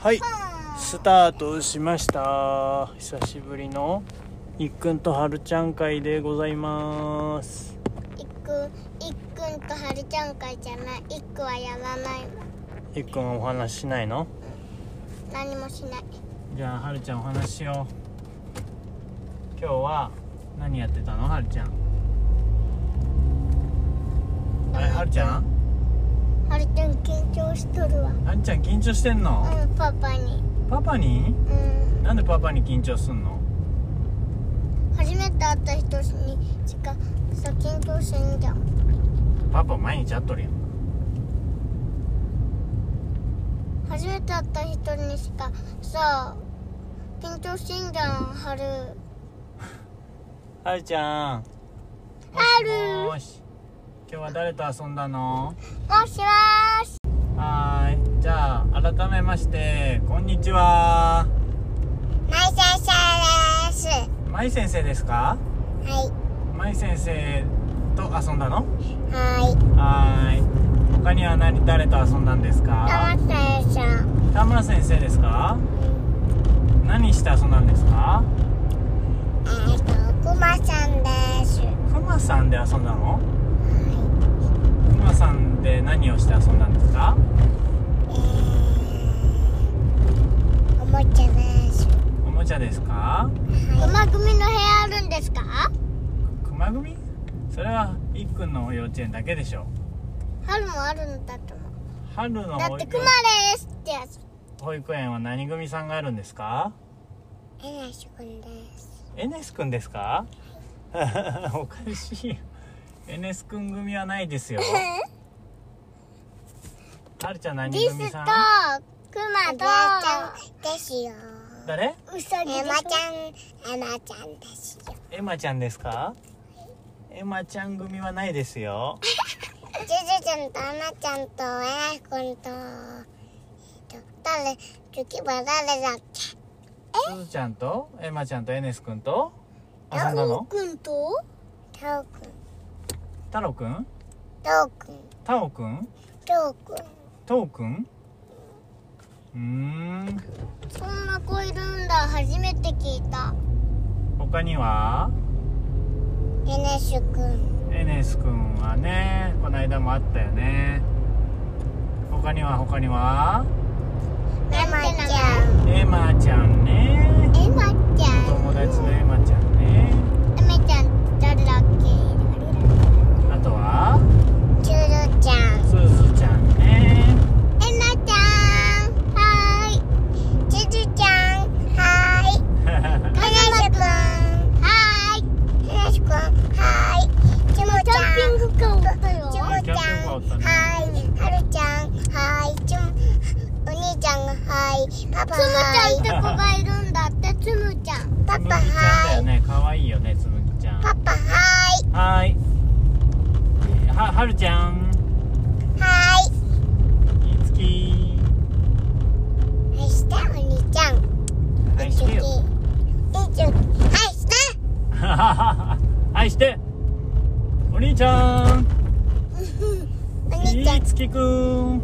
はいスタートしました久しぶりのいっくんとはるちゃん会でございますいっくんいっくんとはるちゃん会じゃないいっくんはやらないわいっくんはお話ししないの何もしないじゃあはるちゃんお話ししよう今日は何やってたのはるちゃんあれはるちゃんはるちゃん緊張しとるわはるちゃん緊張してんのうんパパにパパにうんなんでパパに緊張すんの初めて会った人にしかさ緊張するんじゃんパパ毎日会っとるやん初めて会った人にしかさ緊張しんじゃんはるはるちゃんはるもーし今日は誰と遊んだのもしもーしはーいじゃあ改めましてこんにちはまい先生ですまい先生ですかはまい先生と遊んだのいはいはーい他には何誰と遊んだんですかま先生田村先生ですか何して遊んだんですかえーと、くまさんです。くまさんで遊んだのはくまさんで何をして遊んだんですかい。えー、おもちゃです。おもちゃですかはい。くま組の部屋あるんですかくま組それはいっくんの幼稚園だけでしょ春もあるんだと思う。春のだ保って、育くまですってやつ。保育園は何組さんがあるんですかえなしくんです。エネスくんですか おかしいよエネスくん組はないですよはるちゃん何リスと組、くさんまと、ですよ。誰うさエぎでしマちょ。ゃん、エマちゃんですよ。エマちゃんですかエマちゃん組はないですよジュジュちゃんとアナちゃんとエナくんと、えっと、誰、次は誰だっけすずちゃんとエマちゃんとエネスくんと遊んだヤオのくんと、トウくん、タロくんトウくん、タオくんトウくん。トウくんうーんそんな子いるんだ。初めて聞いた。他にはエネシュくん、エネス君はねこの間もあったよね他には他にはエマちゃん、エマちゃんねえまちゃん。友達のエマちゃんねエマちゃん、誰だっけあとはジュルちゃん、すずちゃんねえなちゃんはーいジュジュちゃん、はーい。エネシュくん、はーいエネシュくん、はーい。ジュムキちゃんャン、ピングカーをったちよむちゃん、はい、はるちゃん、はい、ちむ、お兄ちゃんが、はい、パパ、つむちゃんっはて子がいるんだってつむちゃんい、パつむぎちゃパ、んだはよい、ね可愛いよねつむぎちゃんパパ、ははーいははるちゃんい、はい。いつきはい、して、お兄ちゃん、愛してよいいちゅん、はい、して、 愛してお兄ちゃんお兄ちゃんい、つきくん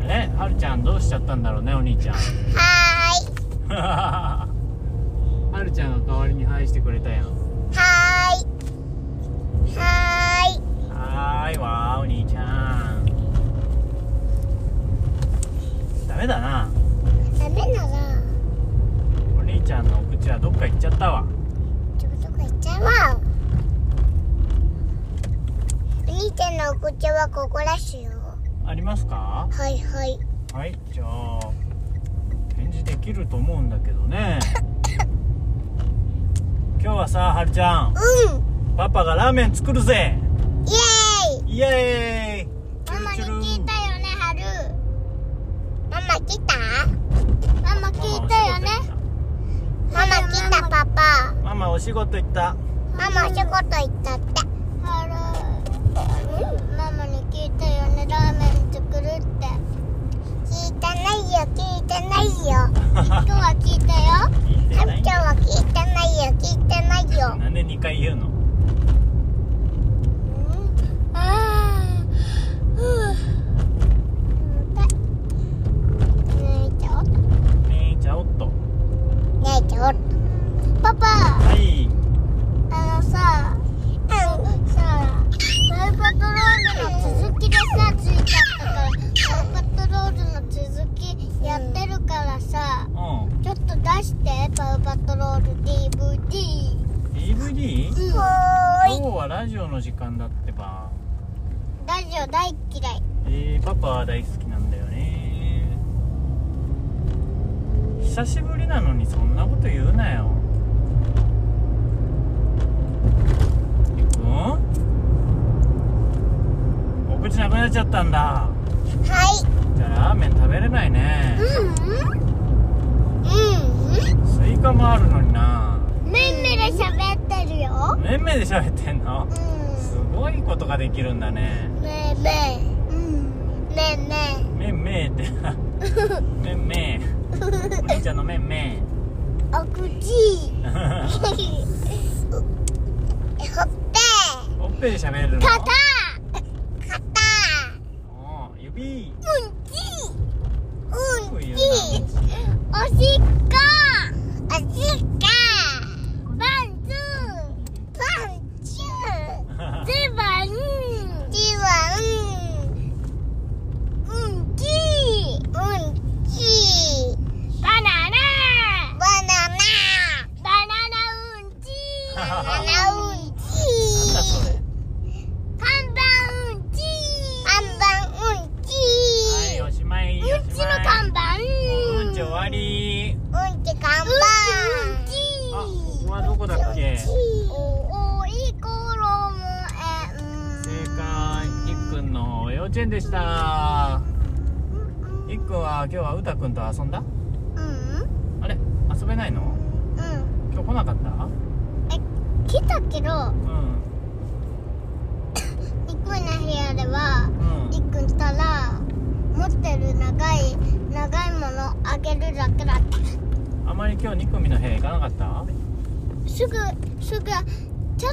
あれはるちゃんどうしちゃったんだろうねお兄ちゃん はーい、はるちゃんが代わりにはいしてくれたやんはーい、はーい、はーいわーお兄ちゃんダメだなダメなら、お兄ちゃんのお口はどっか行っちゃったわちょこちょこ行っちゃうわ。お兄ちゃんのお口はここらしいよ。ありますかはい、はい。はいじゃあ返事できると思うんだけど ね今日はさはるちゃんうん、パパがラーメン作るぜイエーイイエーイママに聞いたよねはるママ来たママ聞いたよねママ来たパパママお仕事行ったママお仕事行ったってはるママに聞いたよねラーメン作るって聞いてないよ聞いてないよ今日は聞いたよ 聞いてハなルいちゃんは聞いてないよ聞いてないよなんで2回言うのああからさうちょっと出してパウパトロール DVD ん DVD? うんは今ーい日はラジオの時間だってばラジオ大嫌いえー、パパは大好きなんだよね久しぶりなのにそんなこと言うなよゆうくんお口なくなっちゃったんだはいじゃあラーメン食べれないねうんスイカもあるのになめんめで喋ってるよめんめで喋ってんのすうごいことができるんだねんめんめうんめんめめんめーってなめんめーお 兄ちゃんのめんめお口ーほっぺ ほっぺで喋るの肩肩おー指うんちこういうなおしっこおしっこパンツパンチューズボンチはうんちうんうんちバナナバナナバナナうんち バナナうんなんだちそれ看板うんち看板うんちはいおしまいおしまいうんちの看板うんち終わりうんち看板うんちあここはどこだっけ正おおいころもえん解いっくんの幼稚園でしたいっくんは今日はうたくんと遊んだうんあれ遊べないのうん今日来なかった来たけどうんいっくんの部屋ではうんいっくんしたら持ってる長い長いものあげるだけだったあまり今日2組の部屋行かなかったすぐすぐちょ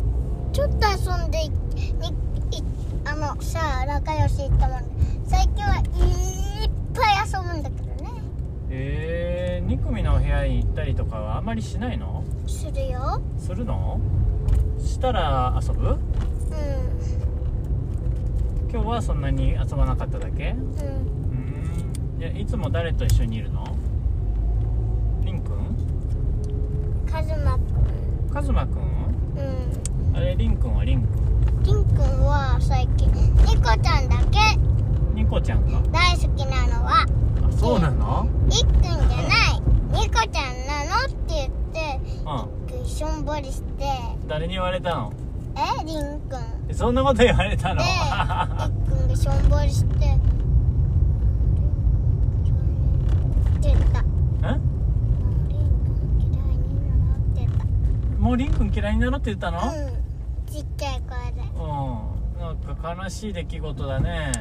ちょっと遊んでいにいあのさあ仲良し行ったもんで最近はいっぱい遊ぶんだけどねえー、2組のお部屋に行ったりとかはあまりしないのするよするのしたら遊ぶうん今日はそんなに遊ばなかっただけうんうーんいやいつも誰と一緒にいるのりんくんカズマくんかずまくんうんあれりんくんはりんくんりんくんは最近ニコちゃんだけにこちゃんか大好きなのはあそうなのりっくんじゃないニコちゃんなのって言ってうりっくんしょんぼりしてん誰に言われたのえりんくんえそんなこと言われたで、いっのくんがしょんぼりしてって言ったんもうリンくん嫌いになって もうりんくん嫌いになろうって言ったのたうんちっちゃい声でうんなんか悲しい出来事だね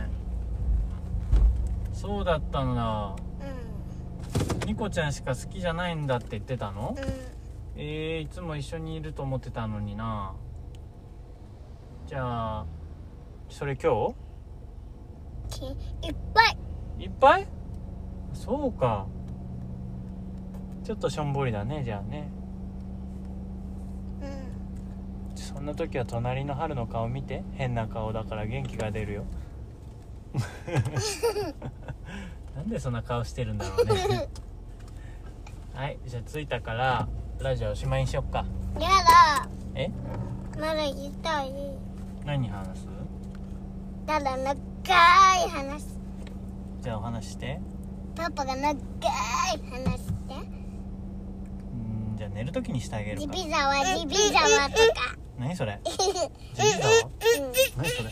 そうだったんだうニコちゃんしか好きじゃないんだって言ってたのんうえー、いつも一緒にいると思ってたのになじゃあそれ今んきいっぱい日いっぱいそうかちょっとしょんぼりだねじゃあねうんそんな時は隣の春の顔見て変な顔だから元気が出る よなんでそんな顔してるんだろうねはいじゃあ着いたからラジオおしまいにしよっかやだえまだ言いたい何話すただ長い話じゃあお話ししてパパが長い話してうんじゃあ寝る時にしてあげるジからビザワジビザワと か何それジビザワうん何それ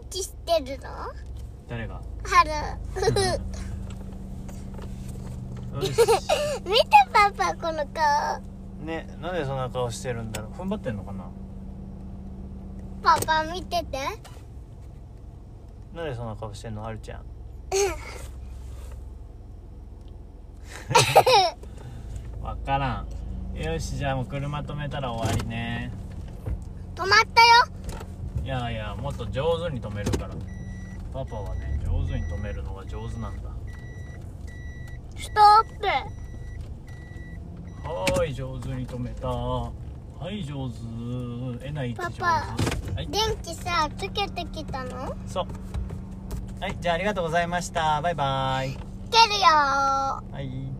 うんちしてるの誰が春 うっす見てパパこの顔ねなんでそんな顔してるんだろう踏ん張ってんのかなパパ見て てなんでそんな顔してんのはるちゃんわからんよしじゃあもう車止めたら終わりね止まったよいやいやもっと上手に止めるからパパはね上手に止めるのが上手なんだストップはーい上手に止めたはい上手えないち上手パはい電気さつけてきたのそうはいじゃあありがとうございましたバイバイキけるよはい